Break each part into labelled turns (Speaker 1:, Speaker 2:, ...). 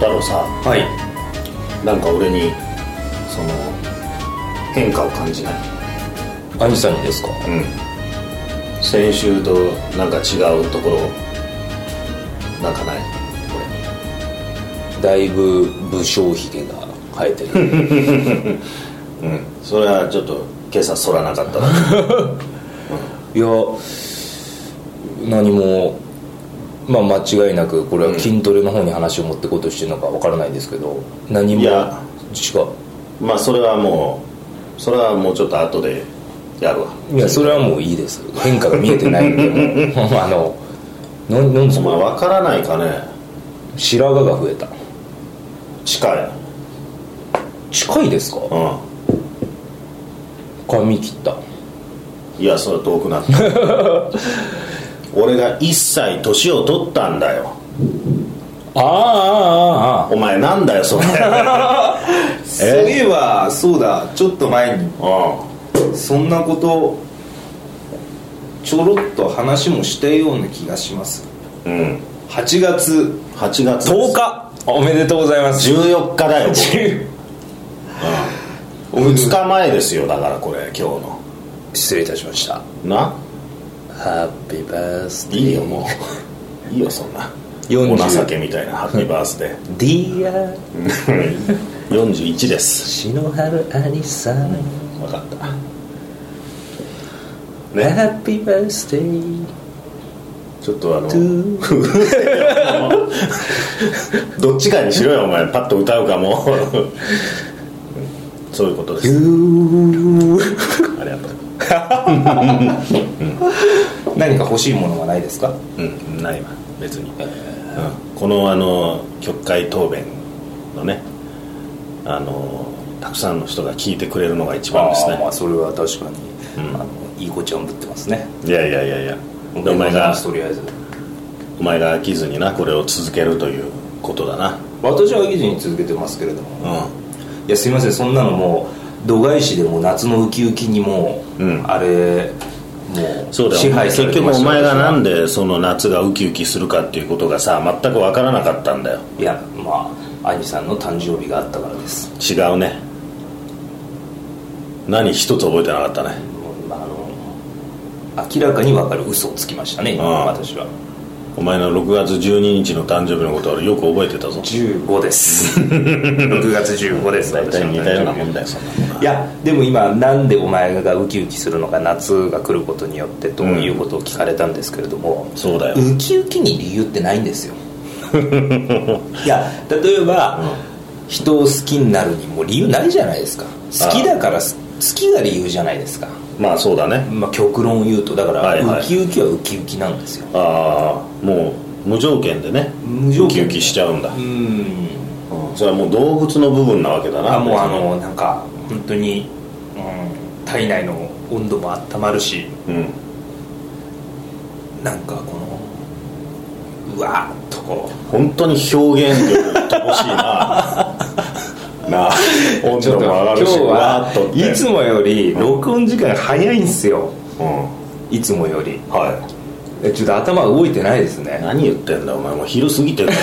Speaker 1: だろさ
Speaker 2: はい
Speaker 1: なんか俺にその変化を感じない
Speaker 2: 兄さんにですか
Speaker 1: うん先週となんか違うところなんかない
Speaker 2: だいぶ武将髭が生えてる
Speaker 1: それはちょっと今朝そらなかっただけ
Speaker 2: いや何もまあ間違いなくこれは筋トレの方に話を持ってこうとしてるのかわからないですけど何も
Speaker 1: いや
Speaker 2: しか
Speaker 1: まあそれはもうそれはもうちょっと後でやるわ
Speaker 2: いやそれはもういいです変化が見えてない んでもうあのなんなんです
Speaker 1: お
Speaker 2: か
Speaker 1: 前わからないかね
Speaker 2: 白髪が増えた
Speaker 1: 近い
Speaker 2: 近いですか
Speaker 1: う
Speaker 2: 髪切った
Speaker 1: んいやそれは遠くなった 俺が一切年を取ったんだよ
Speaker 2: ああああああ
Speaker 1: お前なんだよそれ
Speaker 3: そういえばそうだちょっと前に
Speaker 1: う
Speaker 3: そんなことちょろっと話もしたような気がします
Speaker 1: んうん
Speaker 3: 8月
Speaker 1: 8月
Speaker 2: 10日おめでとうございます
Speaker 1: 14日だよ
Speaker 3: おめでと
Speaker 1: 2
Speaker 3: う
Speaker 1: 日前ですよだからこれ今日の
Speaker 2: 失礼いたしました
Speaker 1: な
Speaker 2: ハッピーバースデー
Speaker 1: いいよもういいよそんな
Speaker 2: 40
Speaker 1: お情けみたいなハッピーバースデー
Speaker 2: ディア
Speaker 1: 41です
Speaker 2: 篠原アニさん
Speaker 1: 分かったね
Speaker 2: ハッピーバースデー
Speaker 1: ちょっとあの
Speaker 2: トゥー
Speaker 1: どっちかにしろよお前パッと歌うかも うそういうことです
Speaker 2: ユー
Speaker 1: ありがとう
Speaker 3: 何か欲しいものはないですか
Speaker 1: うんないわ別に、うん、このあの曲会答弁のねあのたくさんの人が聞いてくれるのが一番です
Speaker 2: あーま
Speaker 1: ね
Speaker 2: あそれは確かに、
Speaker 1: うん
Speaker 2: あのいい子ちゃんぶってますね
Speaker 1: いやいやいやいやでお前が
Speaker 2: とりあえず
Speaker 1: お前が飽きずになこれを続けるということだな
Speaker 2: 私は記事に続けてますけれども、
Speaker 1: う
Speaker 2: いやすいませんそんなのもう度外視でもう夏のウキウキにもう、
Speaker 1: うん
Speaker 2: あれもうん
Speaker 1: そうだ
Speaker 2: 支
Speaker 1: よ
Speaker 2: 配さ
Speaker 1: 結
Speaker 2: れてま
Speaker 1: 局
Speaker 2: した
Speaker 1: お前が
Speaker 2: 私は
Speaker 1: なんでその夏がウキウキするかっていうことがさ全く分からなかったんだよ
Speaker 2: いやまあ兄さんの誕生日があったからです
Speaker 1: 違うね何一つ覚えてなかったね
Speaker 2: もうまああの明らかに分かる嘘をつきましたね今
Speaker 1: ああ
Speaker 2: 私は
Speaker 1: お前の6月12日の誕生日のことは俺よく覚えてたぞ
Speaker 2: 15で す6月15です
Speaker 1: 大体似たようなもんだよそんなもんない
Speaker 2: やでも今なんでお前がウキウキするのか夏が来ることによってということを聞かれたんですけれども、
Speaker 1: そうだよ
Speaker 2: ウキウキに理由ってないんですよいや例えば、人を好きになるにも理由ないじゃないですか好きだからす好きが理由じゃないですか
Speaker 1: まあそうだね
Speaker 2: まあ極論を言うとだから、
Speaker 1: はいはい
Speaker 2: ウキウキはウキウキなんですよ
Speaker 1: ああもう無条件でね
Speaker 2: 無条件
Speaker 1: ウキウキしちゃうんだ
Speaker 2: う、ん
Speaker 1: それはもう動物の部分なわけだな
Speaker 2: あもうあのなんか本当に、うん、体内の温度も温まるし
Speaker 1: うん
Speaker 2: なんかこのうわーっとこう
Speaker 1: 本当に表現力乏しいな なあ温度も上がるし
Speaker 2: 今日
Speaker 1: わーっと
Speaker 2: は
Speaker 1: って
Speaker 2: いつもより録音時間早いんすよ
Speaker 1: うん
Speaker 2: いつもより
Speaker 1: は
Speaker 2: えちょっと頭動いてないです
Speaker 1: い
Speaker 2: ね
Speaker 1: 何言ってんだお前もう昼過ぎてるか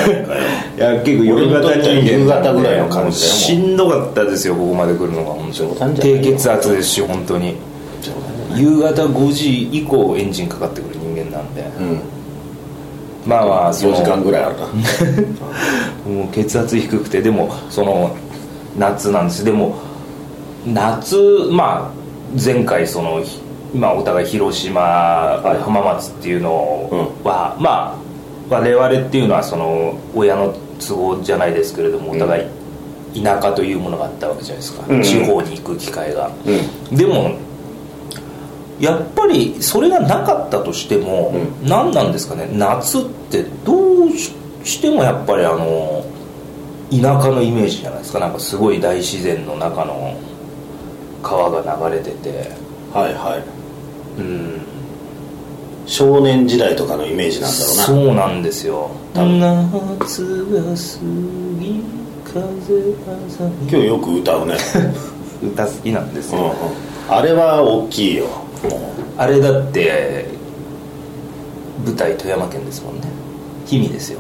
Speaker 1: らやんかよ
Speaker 2: いや結構夜型人間なんで
Speaker 1: 夕方ぐらいの感じだよもう
Speaker 2: しんどかったですよここまで来るのが本
Speaker 1: 冗
Speaker 2: 当
Speaker 1: 談
Speaker 2: に
Speaker 1: じゃないよ
Speaker 2: 低血圧ですし本当に夕方5時以降エンジンかかってくる人間なんで
Speaker 1: うん
Speaker 2: まあまあそ
Speaker 1: 4
Speaker 2: の
Speaker 1: 時間ぐらいあるな
Speaker 2: もう血圧低くてでもその夏なんですでも夏まあ前回その、ひまあ、お互い広島、浜松っていうのは、まあ我々っていうのはその親の都合じゃないですけれどもお互い田舎というものがあったわけじゃないですか、
Speaker 1: うんうん
Speaker 2: 地方に行く機会が、でもやっぱりそれがなかったとしても、何なんですかね夏ってどうししてもやっぱりあの田舎のイメージじゃないですかなんかすごい大自然の中の川が流れてて
Speaker 1: はいはい
Speaker 2: うん
Speaker 1: 少年時代とかのイメージなんだろうな
Speaker 2: そうなんですよ
Speaker 1: 多
Speaker 2: 夏が過ぎ風が
Speaker 1: 今日よく歌 うね
Speaker 2: 咲歌好きなんです
Speaker 1: う
Speaker 2: よ、
Speaker 1: んうんあれは大きいよ
Speaker 2: あれだって舞台富山県ですもんね氷見ですよ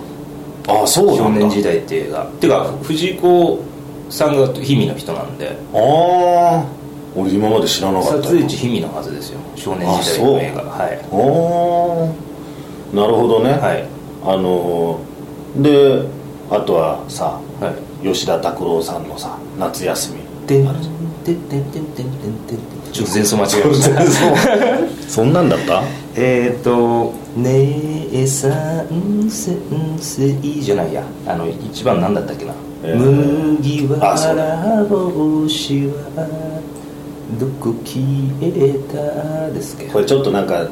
Speaker 1: ああそうなんだ
Speaker 2: 少年時代っていう映画てか藤子さんが氷見の人なんで
Speaker 1: ああ俺今まで知らなかった
Speaker 2: 撮影地氷見のはずですよ少年時代の映画はい
Speaker 1: おおーなるほどね、
Speaker 2: はい
Speaker 1: あのーであとはさ
Speaker 2: はい
Speaker 1: 吉田拓郎さんのさ夏休み
Speaker 2: てんてんてんてんてんてんてんちょっと前奏間違えまし た
Speaker 1: そんなんだった
Speaker 2: えっと「ねえさんせんせい」じゃないやあの一番なんだったっけな「
Speaker 1: えー
Speaker 2: 麦わ
Speaker 1: あそうだ
Speaker 2: ら帽子はどこ消えた」ですけど
Speaker 1: これちょっとなんか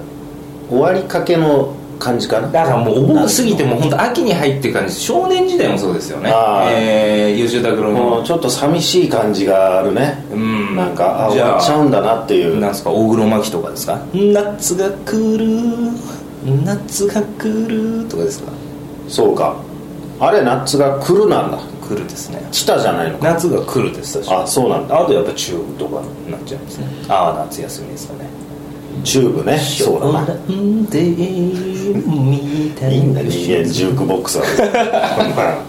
Speaker 1: 終わりかけの感じかな
Speaker 2: だからもうお盆過ぎても本当秋に入って感じ少年時代もそうですよね
Speaker 1: あー
Speaker 2: えー、吉田拓郎
Speaker 1: もう
Speaker 2: の
Speaker 1: ちょっと寂しい感じがあるね、
Speaker 2: うん
Speaker 1: なんかあ
Speaker 2: じ
Speaker 1: 終
Speaker 2: ゃあ
Speaker 1: わっちゃうんだなっていう
Speaker 2: なんすか大黒摩季とかですか夏が来る夏が来るとかですか
Speaker 1: そうかあれ夏が来るなんだ
Speaker 2: 来るですね
Speaker 1: 来たじゃないのか
Speaker 2: 夏が来るです確か
Speaker 1: あそうなんだ
Speaker 2: あとやっぱ中国とかになっちゃうんですねああ夏休みですかね
Speaker 1: チューブねそう だな
Speaker 2: なんで見た
Speaker 1: いいんだ人間ジュークボックスは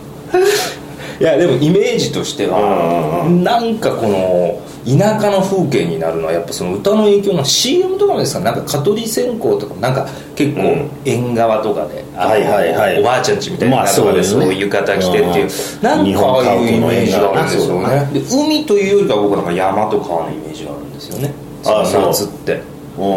Speaker 2: いやでもイメージとしては
Speaker 1: うん
Speaker 2: なんかこの田舎の風景になるのはやっぱその歌の影響の CM とかもですかなんか蚊取り線香とかもなんか結
Speaker 1: う
Speaker 2: 構
Speaker 1: ん
Speaker 2: 縁側とかで、あの
Speaker 1: はいはいはい
Speaker 2: おばあちゃんちみたいな
Speaker 1: まあ
Speaker 2: とかで
Speaker 1: そ
Speaker 2: そうう
Speaker 1: ですね
Speaker 2: いう浴衣着てっていう、
Speaker 1: うん
Speaker 2: なん
Speaker 1: 日
Speaker 2: かあ
Speaker 1: 本
Speaker 2: あ
Speaker 1: 家
Speaker 2: いうイ
Speaker 1: 屋の
Speaker 2: メー
Speaker 1: 縁
Speaker 2: ジが
Speaker 1: 側
Speaker 2: あ
Speaker 1: な
Speaker 2: るんですよねで海というよりかは僕なんか山と川のイメージがあるんですよね
Speaker 1: ああ
Speaker 2: その
Speaker 1: そ
Speaker 2: 夏
Speaker 1: う
Speaker 2: って
Speaker 1: うん、
Speaker 2: う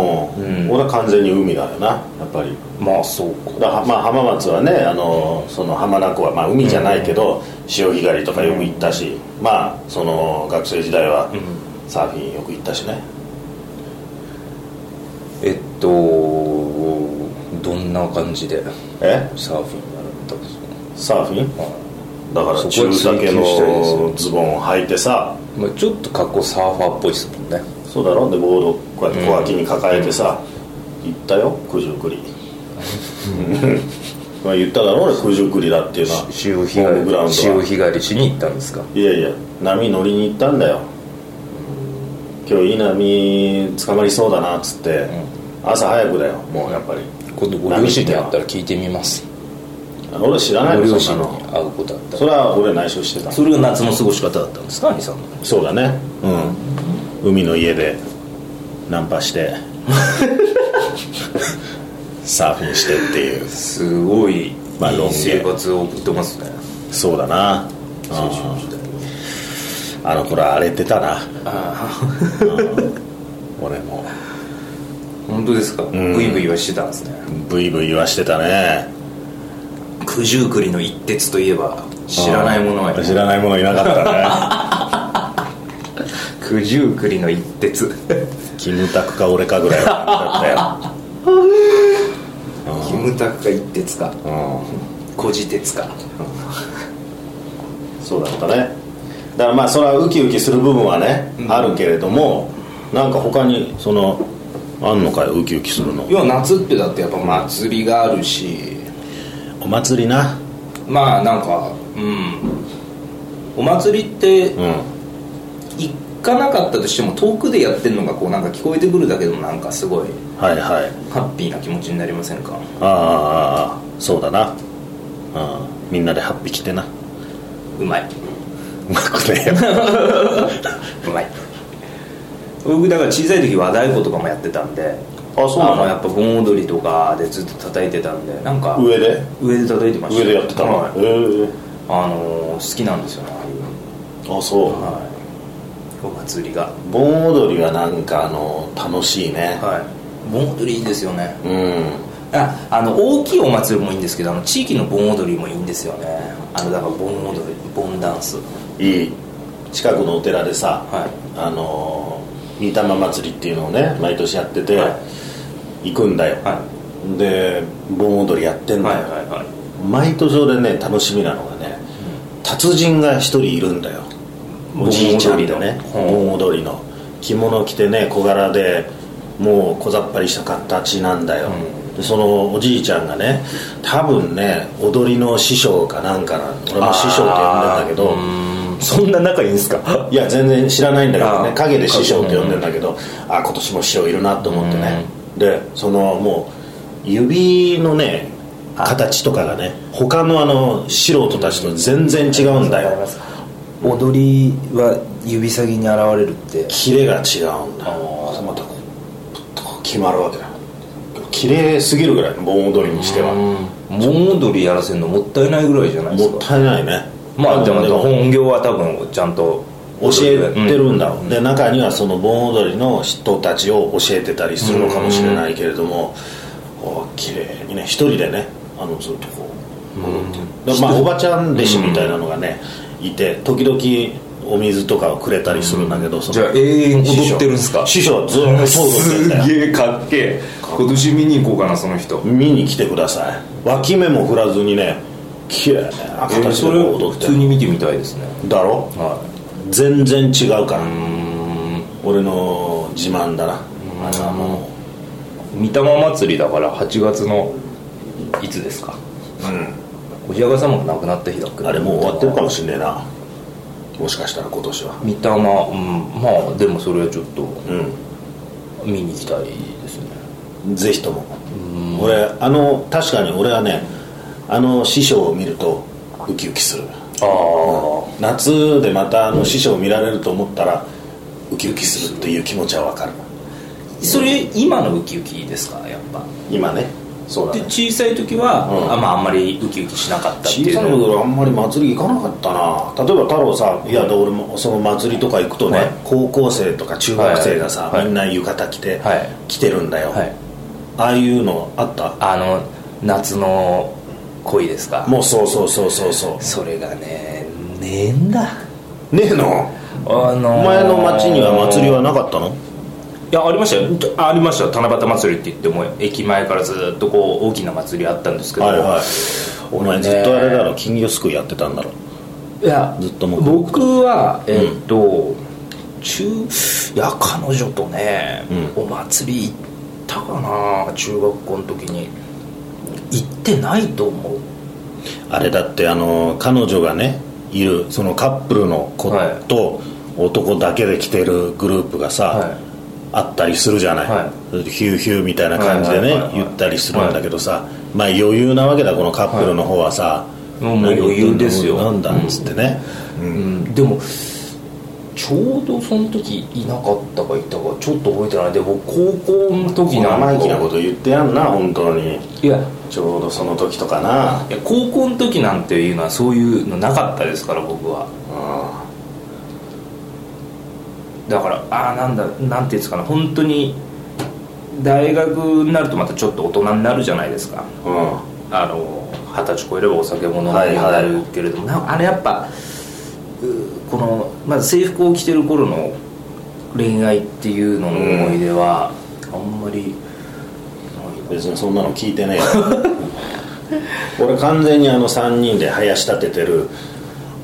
Speaker 2: ん
Speaker 1: 俺は完全に海だよなやっぱり
Speaker 2: まあそうか
Speaker 1: だからまあ、浜松はねあのその浜名湖は、まあ、海じゃないけど、潮干狩りとかよく行ったし、まあその学生時代は
Speaker 2: う
Speaker 1: サーフィンよく行ったしね、
Speaker 2: えっとどんな感じで
Speaker 1: え
Speaker 2: サーフィンやられたんですか
Speaker 1: サーフィンだから
Speaker 2: そこは
Speaker 1: 中丈
Speaker 2: 追求したいですよ
Speaker 1: のズボンを履いてさ
Speaker 2: まあ、ちょっと格好サーファーっぽいですもんね
Speaker 1: そうだろでボードをこうやって小脇に抱えてさ、行ったよ九十九里 まあ言っただろ俺九十九里だっていうのは
Speaker 2: 潮
Speaker 1: ホームグラウンドは
Speaker 2: 潮干狩りしに行ったんですか
Speaker 1: いやいや波乗りに行ったんだよ今日いい波捕まりそうだなっつって、朝早くだよもうやっぱり
Speaker 2: 今度ご両親に会ったら聞いてみます
Speaker 1: 俺知らない
Speaker 2: ご
Speaker 1: よ
Speaker 2: 両
Speaker 1: そ
Speaker 2: 親
Speaker 1: んな
Speaker 2: に
Speaker 1: の
Speaker 2: 会うことあったら
Speaker 1: それは俺内緒してた
Speaker 2: れが夏の過ごし方だったんですか兄さんの
Speaker 1: そうだねうん海の家でナンパして サーフィンしてっていう
Speaker 2: すごいいい
Speaker 1: まあロン毛
Speaker 2: 生活を送ってますね
Speaker 1: そうだな
Speaker 2: 青春
Speaker 1: あ
Speaker 2: 時代
Speaker 1: あの頃は荒れてたな
Speaker 2: ああ
Speaker 1: 俺も
Speaker 2: 本当ですか
Speaker 1: ん
Speaker 2: ブイブイはしてたんですね
Speaker 1: ブイブイ言わしてたね
Speaker 2: 九十九里の一徹といえば知らないものは
Speaker 1: 知らないものいなかった ね
Speaker 2: 九十九里の一徹
Speaker 1: キムタクか俺かぐらいだったよ
Speaker 2: キムタクか一徹か小じ鉄か
Speaker 1: そうだったねだからまあそれはウキウキする部分はね、あるけれどもなんか他にそのあんのかよウキウキするの
Speaker 2: 要は夏ってだってやっぱ祭りがあるし
Speaker 1: お祭りな
Speaker 2: まあなんかうんお祭りって
Speaker 1: うん
Speaker 2: 行かなかったとしても遠くでやってるのがこうなんか聞こえてくるだけでもなんかすごい
Speaker 1: はいはい
Speaker 2: ハッピーな気持ちになりませんか
Speaker 1: ああああああそうだなああみんなで8匹来てな
Speaker 2: うまいう
Speaker 1: まくねえよ
Speaker 2: うまい僕だから小さい時和太鼓とかもやってたんで
Speaker 1: あそうなの
Speaker 2: のやっぱ盆踊りとかでずっと叩いてたんでなんか
Speaker 1: 上で
Speaker 2: 上で叩いてました
Speaker 1: 上でやってたの、
Speaker 2: はい
Speaker 1: え
Speaker 2: あのー好きなんですよねああいう
Speaker 1: えあそう、
Speaker 2: はいお祭りが
Speaker 1: 盆踊りはなんかあの楽しいね、
Speaker 2: はい盆踊りいいですよね
Speaker 1: うん
Speaker 2: ああの大きいお祭りもいいんですけどあの地域の盆踊りもいいんですよねあのだから盆踊り盆ダンス
Speaker 1: いい近くのお寺でさ、
Speaker 2: はい
Speaker 1: あのー、御霊祭りっていうのをね毎年やってて、
Speaker 2: は
Speaker 1: 行くんだよ、
Speaker 2: は
Speaker 1: で盆踊りやってん
Speaker 2: い
Speaker 1: の
Speaker 2: はい
Speaker 1: よ、
Speaker 2: はいはい
Speaker 1: 毎年俺ね楽しみなのがね達人が一人いるんだよ
Speaker 2: 盆踊りの
Speaker 1: おじいちゃんでね
Speaker 2: ほう
Speaker 1: 盆踊りの着物着てね小柄でもう小ざっぱりした形なんだよ、でそのおじいちゃんがね多分ね踊りの師匠かなんかな俺も師匠って呼んでんだけど
Speaker 2: そんな仲いいんすか
Speaker 1: いや全然知らないんだけど
Speaker 2: あ
Speaker 1: ね
Speaker 2: ー
Speaker 1: 陰で師匠って呼んでんだけど、あ今年も師匠いるなと思ってね、でそのもう指のね形とかがね他のあの素人たちと全然違うんだよ
Speaker 2: 踊りは指先に現れるって
Speaker 1: キレが違うんだよまたこうプッと決まるわけだ綺麗すぎるぐらい盆踊りにしてはも
Speaker 2: 盆踊りやらせるのもったいないぐらいじゃないです
Speaker 1: っ
Speaker 2: か
Speaker 1: たいないね
Speaker 2: まあでも
Speaker 1: も
Speaker 2: 本業は多分ちゃんと
Speaker 1: 教えてるんだろう、
Speaker 2: う
Speaker 1: で中にはその盆踊りの人たちを教えてたりするのかもしれないけれども、お綺麗にね一人でねあのずっとこう踊ってるだからまあおばちゃん弟子みたいなのがね、いて時々お水とかをくれたりするんだけど、その
Speaker 2: じゃあ永遠踊ってるんすか
Speaker 1: 師匠ずっと踊って
Speaker 2: す
Speaker 1: んだよ
Speaker 2: げえかっけえ今年見に行こうかなその人
Speaker 1: 見に来てください脇目も振らずにね綺麗な
Speaker 2: えー
Speaker 1: 形で
Speaker 2: それ
Speaker 1: こう
Speaker 2: を
Speaker 1: 踊っ
Speaker 2: 普
Speaker 1: て
Speaker 2: 通
Speaker 1: る
Speaker 2: に見てみたいですね
Speaker 1: だろ
Speaker 2: は
Speaker 1: 全然違うから
Speaker 2: いうーん
Speaker 1: 俺の自慢だなあれはも
Speaker 2: 御霊祭りだから8月のいつですか
Speaker 1: ううん
Speaker 2: おじやが様が亡くなった日だっけ
Speaker 1: あれもう終わってるかもしんねえなもしかしたら今年は
Speaker 2: 御霊、うん、まあでもそれはちょっと
Speaker 1: う
Speaker 2: 見に行きたいですね
Speaker 1: んぜひとも俺あの確かに俺はねあの師匠を見るとウキウキする
Speaker 2: ああ
Speaker 1: 夏でまたあの師匠を見られると思ったらウキウキするっていう気持ちはわかる
Speaker 2: それ今のウキウキですかやっぱ
Speaker 1: 今ねそうだ
Speaker 2: で
Speaker 1: ね
Speaker 2: 小さい時は、
Speaker 1: うん
Speaker 2: あまああんまりウキウキしなかったって
Speaker 1: 小
Speaker 2: いう
Speaker 1: さい
Speaker 2: の
Speaker 1: 頃あんまり祭り行かなかったな例えば太郎さいやで俺もその祭りとか行くとね、
Speaker 2: はい
Speaker 1: 高校生とか中学生がさ、
Speaker 2: はい
Speaker 1: みんな浴衣着て、
Speaker 2: はい
Speaker 1: 来てるんだよ、
Speaker 2: はい
Speaker 1: ああいうのあった
Speaker 2: あの夏の恋ですか
Speaker 1: もうそうそうそうそうそ
Speaker 2: それがねねえんだ
Speaker 1: うねえの
Speaker 2: あのー
Speaker 1: お前の町には祭りはなかったの
Speaker 2: いやありましたよありましたよ七夕祭りって言っても駅前からずっとこう大きな祭りあったんですけど、
Speaker 1: はいはいお前ずっとあれだろ
Speaker 2: ね
Speaker 1: 金魚すくいやってたんだろ
Speaker 2: いや
Speaker 1: ずっともう
Speaker 2: 僕はえーっと、中いや彼女とね、
Speaker 1: う
Speaker 2: お祭り行ったかな中学校の時に行ってないと思う
Speaker 1: あれだってあの彼女がねいるそのカップルの子
Speaker 2: はい
Speaker 1: と男だけで来てるグループがさ、
Speaker 2: はい
Speaker 1: あったりするじゃない、
Speaker 2: は
Speaker 1: ヒューヒューみたいな感じでね、
Speaker 2: はいはいはいはい
Speaker 1: 言ったりするんだけどさ、まあ余裕なわけだこのカップルの方はさ、
Speaker 2: いもうもう余裕ですよ
Speaker 1: なんだっつってね、
Speaker 2: うん、でもちょうどその時いなかったかいたかちょっと覚えてないで僕高校の時なんか
Speaker 1: 生意気なこと言ってやんな本当に
Speaker 2: いや
Speaker 1: ちょうどその時とかない
Speaker 2: や高校の時なんていうのはそういうのなかったですから僕はだからああなんだなんていうんですかね本当に大学になるとまたちょっと大人になるじゃないですか
Speaker 1: うん、うん
Speaker 2: あの二十歳超えればお酒も飲むようになるけれども、なんかあれやっぱうーこの、まあ、制服を着てる頃の恋愛っていうのの思い出は、あんまりない
Speaker 1: 別にそんなの聞いてね えよ俺完全にあの3人で林立ててる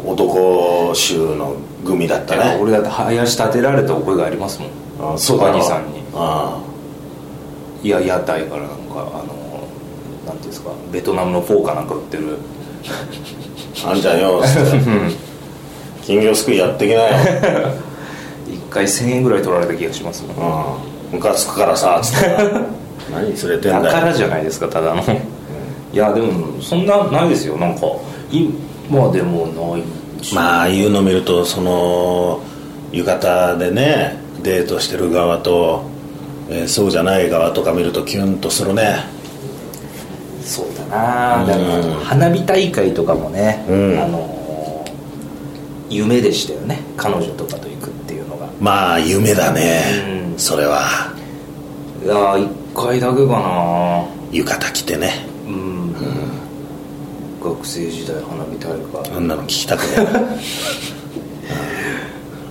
Speaker 1: 男衆の組だった
Speaker 2: な
Speaker 1: ね
Speaker 2: 俺だって林立てられた覚えがありますもん
Speaker 1: あ
Speaker 2: そばにさんに
Speaker 1: あ
Speaker 2: いや屋台からなんかあのなんていうんですかベトナムのフォーかなんか売ってる
Speaker 1: ああんじゃんよっつ って金魚すくいやってきなよ、
Speaker 2: 一回1000円ぐらい取られた気がしますも
Speaker 1: う
Speaker 2: ん
Speaker 1: ん、ムカつくからさっつ ってな何連れてん
Speaker 2: だか
Speaker 1: だよ
Speaker 2: らじゃないですかただのいやでもそんなないですよなんか今でもないし
Speaker 1: まあああいうの見るとその浴衣でねデートしてる側と、えーそうじゃない側とか見るとキュンとするね
Speaker 2: そうだなだから
Speaker 1: うん
Speaker 2: 花火大会とかもね、
Speaker 1: うん
Speaker 2: あの夢でしたよね彼女とかと行くっていうのが
Speaker 1: まあ夢だね、
Speaker 2: うん
Speaker 1: それはい
Speaker 2: や一回だけかな
Speaker 1: 浴衣着てね
Speaker 2: うん、学生時代花火大会
Speaker 1: あんなの聞き たくないうん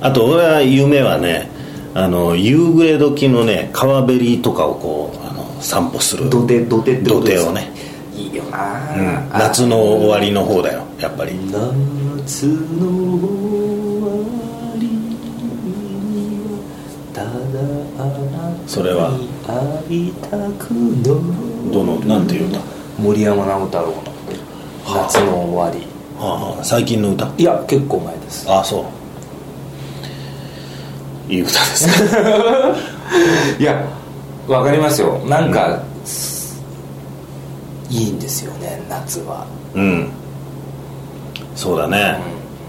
Speaker 1: あと俺は夢はねあの夕暮れ時のね川べりとかをこうあの散歩する
Speaker 2: 土手土手ってことですか
Speaker 1: 土手をね
Speaker 2: いいよな、
Speaker 1: うん夏の終わりの方だよやっぱり
Speaker 2: 夏の終わりにはただあなた
Speaker 1: それは
Speaker 2: 会いたくの
Speaker 1: どのなんていう歌
Speaker 2: 森山直太朗の「夏の終わり
Speaker 1: ああ最近の歌」
Speaker 2: いや結構前です
Speaker 1: ああそういい歌ですね
Speaker 2: いやわかりますよなんか、すいいんですよね夏は
Speaker 1: うんそうだね、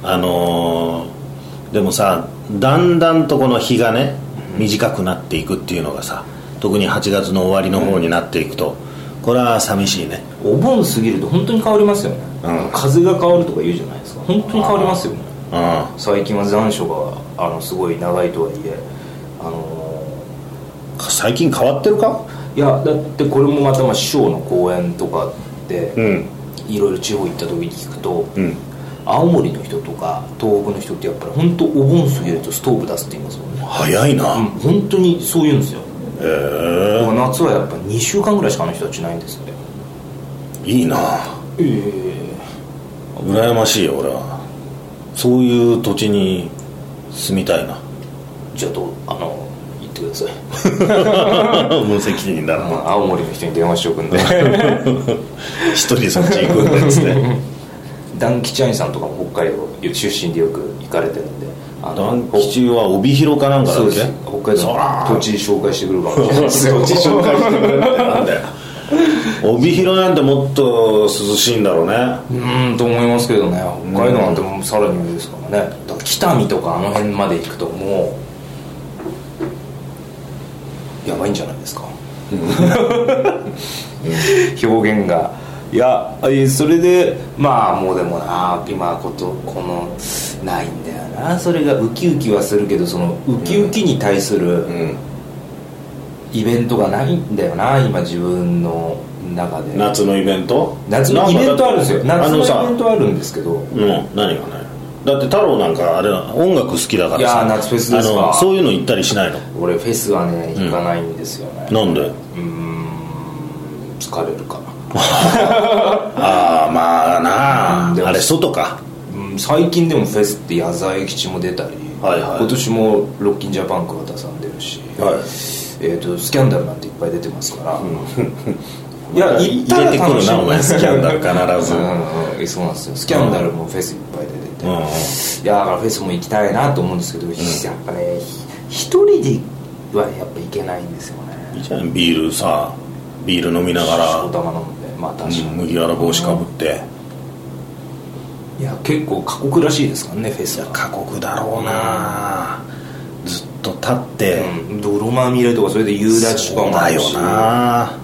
Speaker 1: あのーでもさだんだんとこの日がね短くなっていくっていうのがさ特に8月の終わりの方になっていくと、これは寂しいね
Speaker 2: お盆過ぎると本当に変わりますよね、
Speaker 1: うん
Speaker 2: 風が変わるとか言うじゃないですか本当に変わりますよね
Speaker 1: うん
Speaker 2: 最近は残暑があのすごい長いとはいえあの
Speaker 1: 最近変わってるか
Speaker 2: ーいやだってこれもまたまあ師匠の公演とかで
Speaker 1: ん
Speaker 2: いろいろ地方行った時に聞くと、
Speaker 1: うん
Speaker 2: 青森の人とか東北の人ってやっぱり本当お盆過ぎるとストーブ出すって言いますもんね
Speaker 1: 早いな、
Speaker 2: うん本当にそう言うんですよ
Speaker 1: えー
Speaker 2: だから夏はやっぱ2週間ぐらいしかあの人たちないんですって
Speaker 1: いいな
Speaker 2: ええ
Speaker 1: 羨ましいよ俺はそういう土地に住みたいな
Speaker 2: じゃあどうあの言ってくださ い
Speaker 1: 無責任だな
Speaker 2: 青森の人に電話しとくんで
Speaker 1: 一人そっち行くんだっつって
Speaker 2: ダン吉兄さんとかも北海道出身でよく行かれてるんであ
Speaker 1: ダ
Speaker 2: の
Speaker 1: ン吉は帯広かなんかだ
Speaker 2: そう
Speaker 1: っ
Speaker 2: で
Speaker 1: け
Speaker 2: す北海
Speaker 1: そら
Speaker 2: 道の土地紹介してくる かもしれないですよ
Speaker 1: 地紹介してくれるってなんだよ帯広なんてもっと涼しいんだろうね
Speaker 2: うーんと思いますけどね北海道なんてもうさらに上ですからねだから北見とかあの辺まで行くともうやばいんじゃないですか 表現がいやえーそれでまあもうでもな今ことこのないんだよなそれがウキウキはするけどそのウキウキに対するイベントがないんだよな今自分の中で
Speaker 1: 夏のイベント
Speaker 2: 夏のイベントあるんですよ
Speaker 1: なんかだっ
Speaker 2: 夏
Speaker 1: てあ
Speaker 2: のイベン
Speaker 1: のさ
Speaker 2: トあるんですけど
Speaker 1: うん何がねだって太郎なんかあれだ音楽好きだからさ
Speaker 2: いやー夏フェスですか
Speaker 1: あのそういうの行ったりしないの
Speaker 2: 俺フェスはね行かないんですよね
Speaker 1: なんで
Speaker 2: うーん疲れるかな
Speaker 1: ああまあな
Speaker 2: うんで
Speaker 1: あ
Speaker 2: も
Speaker 1: あれ外か
Speaker 2: うん最近でもフェスって矢沢永吉も出たり、
Speaker 1: はいはい
Speaker 2: 今年もロッキンジャパン桑田さん出るし、
Speaker 1: はい
Speaker 2: えー、とスキャンダルなんていっぱい出てますから、いや行
Speaker 1: 入
Speaker 2: ったら
Speaker 1: れてく
Speaker 2: 楽
Speaker 1: る
Speaker 2: し
Speaker 1: な
Speaker 2: み
Speaker 1: お前スキャンダル必ず
Speaker 2: うんうん、そうなんですよスキャンダルもフェスいっぱい出てて、
Speaker 1: うんうん
Speaker 2: いやだからフェスも行きたいなと思うんですけど、やっぱねひ一人ではやっぱ行けないんですよね
Speaker 1: いいじゃんビールさビール飲みながら、
Speaker 2: お玉飲んでまあ確かに、
Speaker 1: うん麦わら帽子かぶって
Speaker 2: いや結構過酷らしいですからねフェスは
Speaker 1: 過酷だろうなずっと立って
Speaker 2: うん泥まみれとかそれで夕立とか
Speaker 1: そう
Speaker 2: もあ
Speaker 1: だ
Speaker 2: る
Speaker 1: よ
Speaker 2: し
Speaker 1: なあ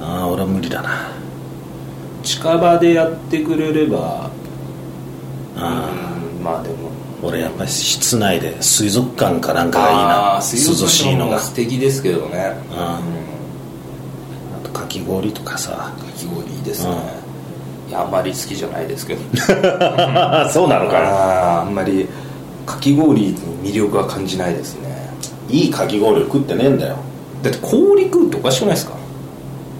Speaker 1: あ俺は無理だな
Speaker 2: 近場でやってくれれば
Speaker 1: あ
Speaker 2: うんまあでも
Speaker 1: 俺やっぱり室内で水族館かなんかがいいな
Speaker 2: あ
Speaker 1: 涼
Speaker 2: ー水族
Speaker 1: しい
Speaker 2: 館
Speaker 1: の
Speaker 2: 方
Speaker 1: が
Speaker 2: 素敵ですけどね
Speaker 1: うん
Speaker 2: う
Speaker 1: あとかき氷とかさ
Speaker 2: んかき氷いいですねいやあんまり好きじゃないですけど
Speaker 1: そうな
Speaker 2: だからあんまりかき氷に魅力は感じないですね
Speaker 1: いいかき氷を食ってねえんだよ
Speaker 2: だって氷食うっておかしくないですか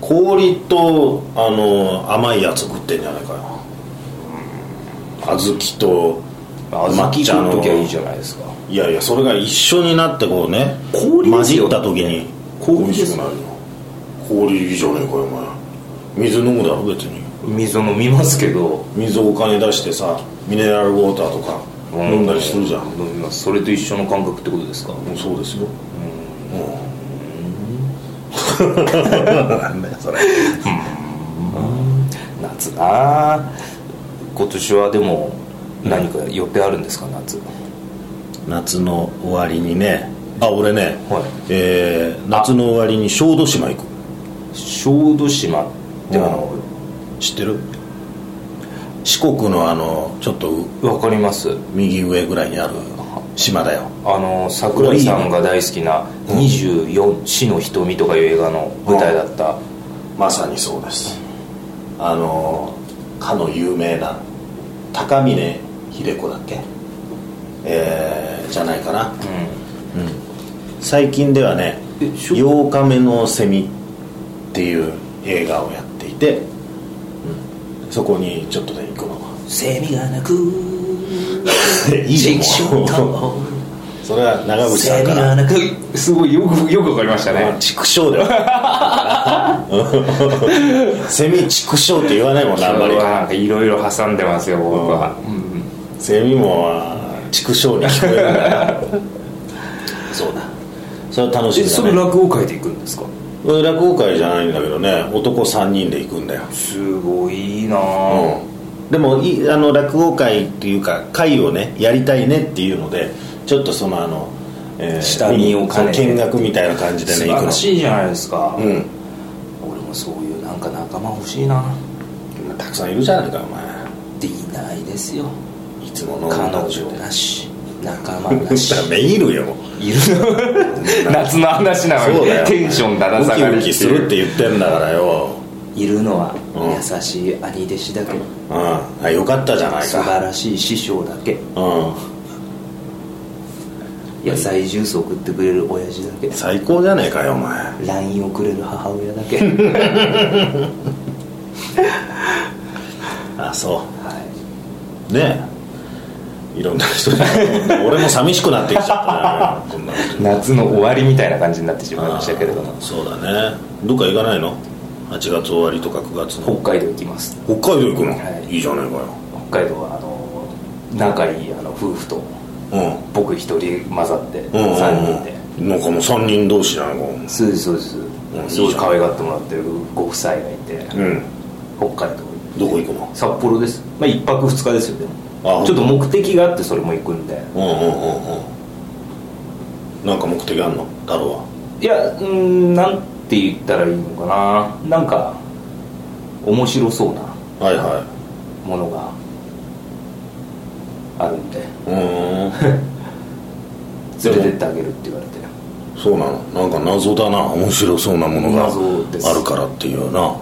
Speaker 1: 氷とあの甘いやつ食ってんじゃないかよ小豆と
Speaker 2: 小豆食う時はいいじゃないですか
Speaker 1: いやいやそれが一緒になってこうね
Speaker 2: 氷
Speaker 1: 混
Speaker 2: です
Speaker 1: じ
Speaker 2: よ
Speaker 1: った時に
Speaker 2: 氷
Speaker 1: 美
Speaker 2: で
Speaker 1: 味し
Speaker 2: す
Speaker 1: く
Speaker 2: よ
Speaker 1: なるよ氷いいじゃねえかよお前水飲むだろ別に
Speaker 2: 水飲みますけど
Speaker 1: 水お金出してさミネラルウォーターとか飲んだりするじゃん、
Speaker 2: 飲みますそれと一緒の感覚ってことですか
Speaker 1: もうそうですようんなんだよそれ
Speaker 2: 夏なあ今年はでも何か予定あるんですか夏
Speaker 1: 夏の終わりにねあ俺ね、
Speaker 2: はい
Speaker 1: えー夏の終わりに小豆島行く
Speaker 2: 小豆島ってあの
Speaker 1: 知ってる四国のあのちょっとう
Speaker 2: わかります
Speaker 1: 右上ぐらいにある島だよ
Speaker 2: あの桜井さんが大好きな「24死の瞳」とかいう映画の舞台だった
Speaker 1: まさにそうですあのかの有名な高峰秀子だっけえー、じゃないかな、最近ではね「
Speaker 2: えしょ
Speaker 1: 8日目のセミ」っていう映画をやっていて、うんそこにちょっとね行くの
Speaker 2: 「セミが鳴く
Speaker 1: いいじゃんもう
Speaker 2: も
Speaker 1: それは長渕さん
Speaker 2: セミ
Speaker 1: か
Speaker 2: が
Speaker 1: ら
Speaker 2: 鳴く」すごいよくよくわかりました
Speaker 1: まあ
Speaker 2: ね
Speaker 1: 畜生だよセミ畜生って言わないもんなあんまり
Speaker 2: なんかいろいろ挟んでますよ僕は、うん
Speaker 1: セミもあー畜生に聞こえるからそうだそれは楽し
Speaker 2: え
Speaker 1: み
Speaker 2: そ
Speaker 1: だ
Speaker 2: れ
Speaker 1: ね
Speaker 2: 落語会で行くんですか
Speaker 1: 落語会じゃないんだけどね男3人で行くんだよ、
Speaker 2: すごいな
Speaker 1: う
Speaker 2: あ
Speaker 1: ん、でもいあの落語会っていうか会をねやりたいねっていうのでちょっとそのあの、えー
Speaker 2: 下見を兼ねて
Speaker 1: 見学みたいな感じで
Speaker 2: 素
Speaker 1: ね
Speaker 2: 晴
Speaker 1: 行く
Speaker 2: ら
Speaker 1: の
Speaker 2: しいじゃないですか、
Speaker 1: うん
Speaker 2: 俺もそういうなんか仲間欲しいな
Speaker 1: たくさんいるじゃないかお前
Speaker 2: でいないですよ
Speaker 1: いつもの
Speaker 2: 彼
Speaker 1: 女
Speaker 2: 女なし仲間なし
Speaker 1: ダメいるよ
Speaker 2: いる 夏の話なの
Speaker 1: そう
Speaker 2: に
Speaker 1: だよ
Speaker 2: テンションだだ
Speaker 1: ウ
Speaker 2: 下
Speaker 1: キ
Speaker 2: がり
Speaker 1: ウキするって言ってんだからよ
Speaker 2: いるのは
Speaker 1: うん
Speaker 2: 優しい兄弟子だけ、
Speaker 1: うんあよかったじゃない
Speaker 2: 素
Speaker 1: か
Speaker 2: 晴
Speaker 1: ら
Speaker 2: しい師匠だけ
Speaker 1: う
Speaker 2: 野菜ジュース送ってくれる親父だけ
Speaker 1: ん最高じゃねえかよお前
Speaker 2: LINE をくれる母親 だけ
Speaker 1: あそ
Speaker 2: は
Speaker 1: うねえいろんな人に俺も寂しくなってきちゃったなこんなの
Speaker 2: い夏の終わりみたいな感じになってしまいましたけれども
Speaker 1: あーそうだねどっか行かないの8月終わりとか9月の
Speaker 2: 北海道行きます
Speaker 1: 北海道行くの、
Speaker 2: はい
Speaker 1: い、いじゃね
Speaker 2: 北海道はあの仲いいあの夫婦と
Speaker 1: えかよ
Speaker 2: 僕一人混ざって
Speaker 1: うんうん
Speaker 2: 3人で
Speaker 1: うんうんなんかもう3人同士じゃないかも
Speaker 2: そうですそうです
Speaker 1: ん
Speaker 2: すごい可愛がってもらってるご夫妻がいて
Speaker 1: うん
Speaker 2: 北海道
Speaker 1: どこ行くの
Speaker 2: 札幌ですまあ1泊2日ですよで
Speaker 1: あ
Speaker 2: もちょっと目的があってそれも行くんで
Speaker 1: うんうんうんうんなんか目的あんの太郎はい
Speaker 2: やうーんなんて言ったらいいのかななんか面白そうな
Speaker 1: はいは
Speaker 2: ものがあるんで
Speaker 1: いうーん
Speaker 2: 連れてってあげるって言われて
Speaker 1: そうなのなんか謎だな面白そうなものが
Speaker 2: 謎です
Speaker 1: あるからっていうな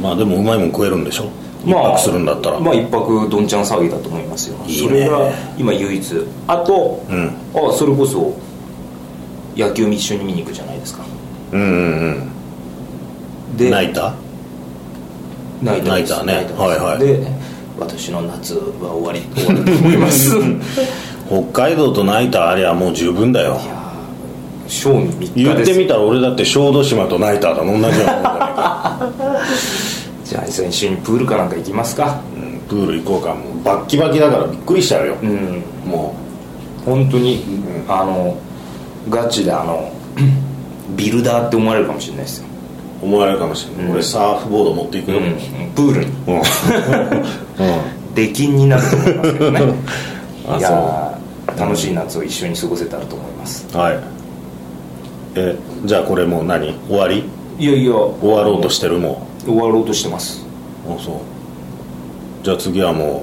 Speaker 1: まあでもうまいもん食えるんでしょ一
Speaker 2: まあ
Speaker 1: 泊するんだったら、
Speaker 2: まあ一泊どんちゃん騒ぎだと思いますよ
Speaker 1: いいね
Speaker 2: それが今唯一あと、
Speaker 1: うん
Speaker 2: あそれこそ野球一緒に見に行くじゃないですか
Speaker 1: うんうんう
Speaker 2: で
Speaker 1: ん泣いた
Speaker 2: 泣いたです
Speaker 1: 泣いたね
Speaker 2: 泣いたです
Speaker 1: はいはい
Speaker 2: で私の夏は終わり終わると思いますい
Speaker 1: 北海道と泣いたありゃもう十分だよ
Speaker 2: やー賞味3日
Speaker 1: 言
Speaker 2: で
Speaker 1: っ
Speaker 2: す
Speaker 1: てみたら俺だって小豆島とナイターだもん同じようなもんだ ね
Speaker 2: じゃあ先週にプールかなんか行きますか
Speaker 1: うんプール行こうかもうバッキバキだからびっくりしちゃうよ、
Speaker 2: うん
Speaker 1: も
Speaker 2: 本当に、あのガチであ のビルダーって思われるかもしれないですよ、
Speaker 1: う思われるかもしれない、
Speaker 2: うん
Speaker 1: 俺サーフボード持っていく よ、
Speaker 2: プールに
Speaker 1: うん
Speaker 2: 出禁になると思いますけ どね
Speaker 1: あ
Speaker 2: いやー楽しい夏を一緒に過ごせたらと思います
Speaker 1: はいえじゃあこれもう何終わり
Speaker 2: いやいや終
Speaker 1: 終わろうとしてるも
Speaker 2: て終わろうとしてます
Speaker 1: うあそうじゃあ次はも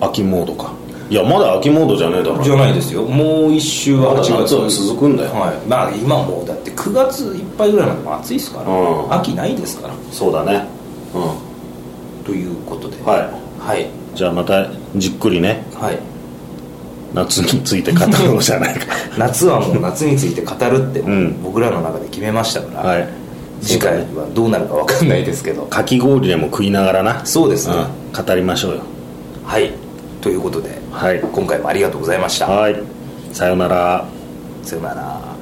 Speaker 1: う秋モードかいやまだ秋モードじゃねえだろ
Speaker 2: じゃないですよもう一周は
Speaker 1: まだ
Speaker 2: 8月
Speaker 1: 夏は続くんだよ
Speaker 2: はい、まあ今もうだって9月いっぱいぐらいまでも暑いですから、
Speaker 1: うん
Speaker 2: 秋ないですから
Speaker 1: そうだねう
Speaker 2: ということで
Speaker 1: ん
Speaker 2: い
Speaker 1: は
Speaker 2: はい、
Speaker 1: いじゃあまたじっくりね
Speaker 2: はい、
Speaker 1: 夏について語ろうじゃないか
Speaker 2: 夏はもう夏について語るって
Speaker 1: うん
Speaker 2: 僕らの中で決めましたから、
Speaker 1: はい
Speaker 2: 次回はどうなるか分かんないですけど
Speaker 1: かき氷でも食いながらな
Speaker 2: そうですね、
Speaker 1: うん、語りましょうよ
Speaker 2: はいということで
Speaker 1: はい
Speaker 2: 今回もありがとうございました
Speaker 1: はいさようなら
Speaker 2: さよなら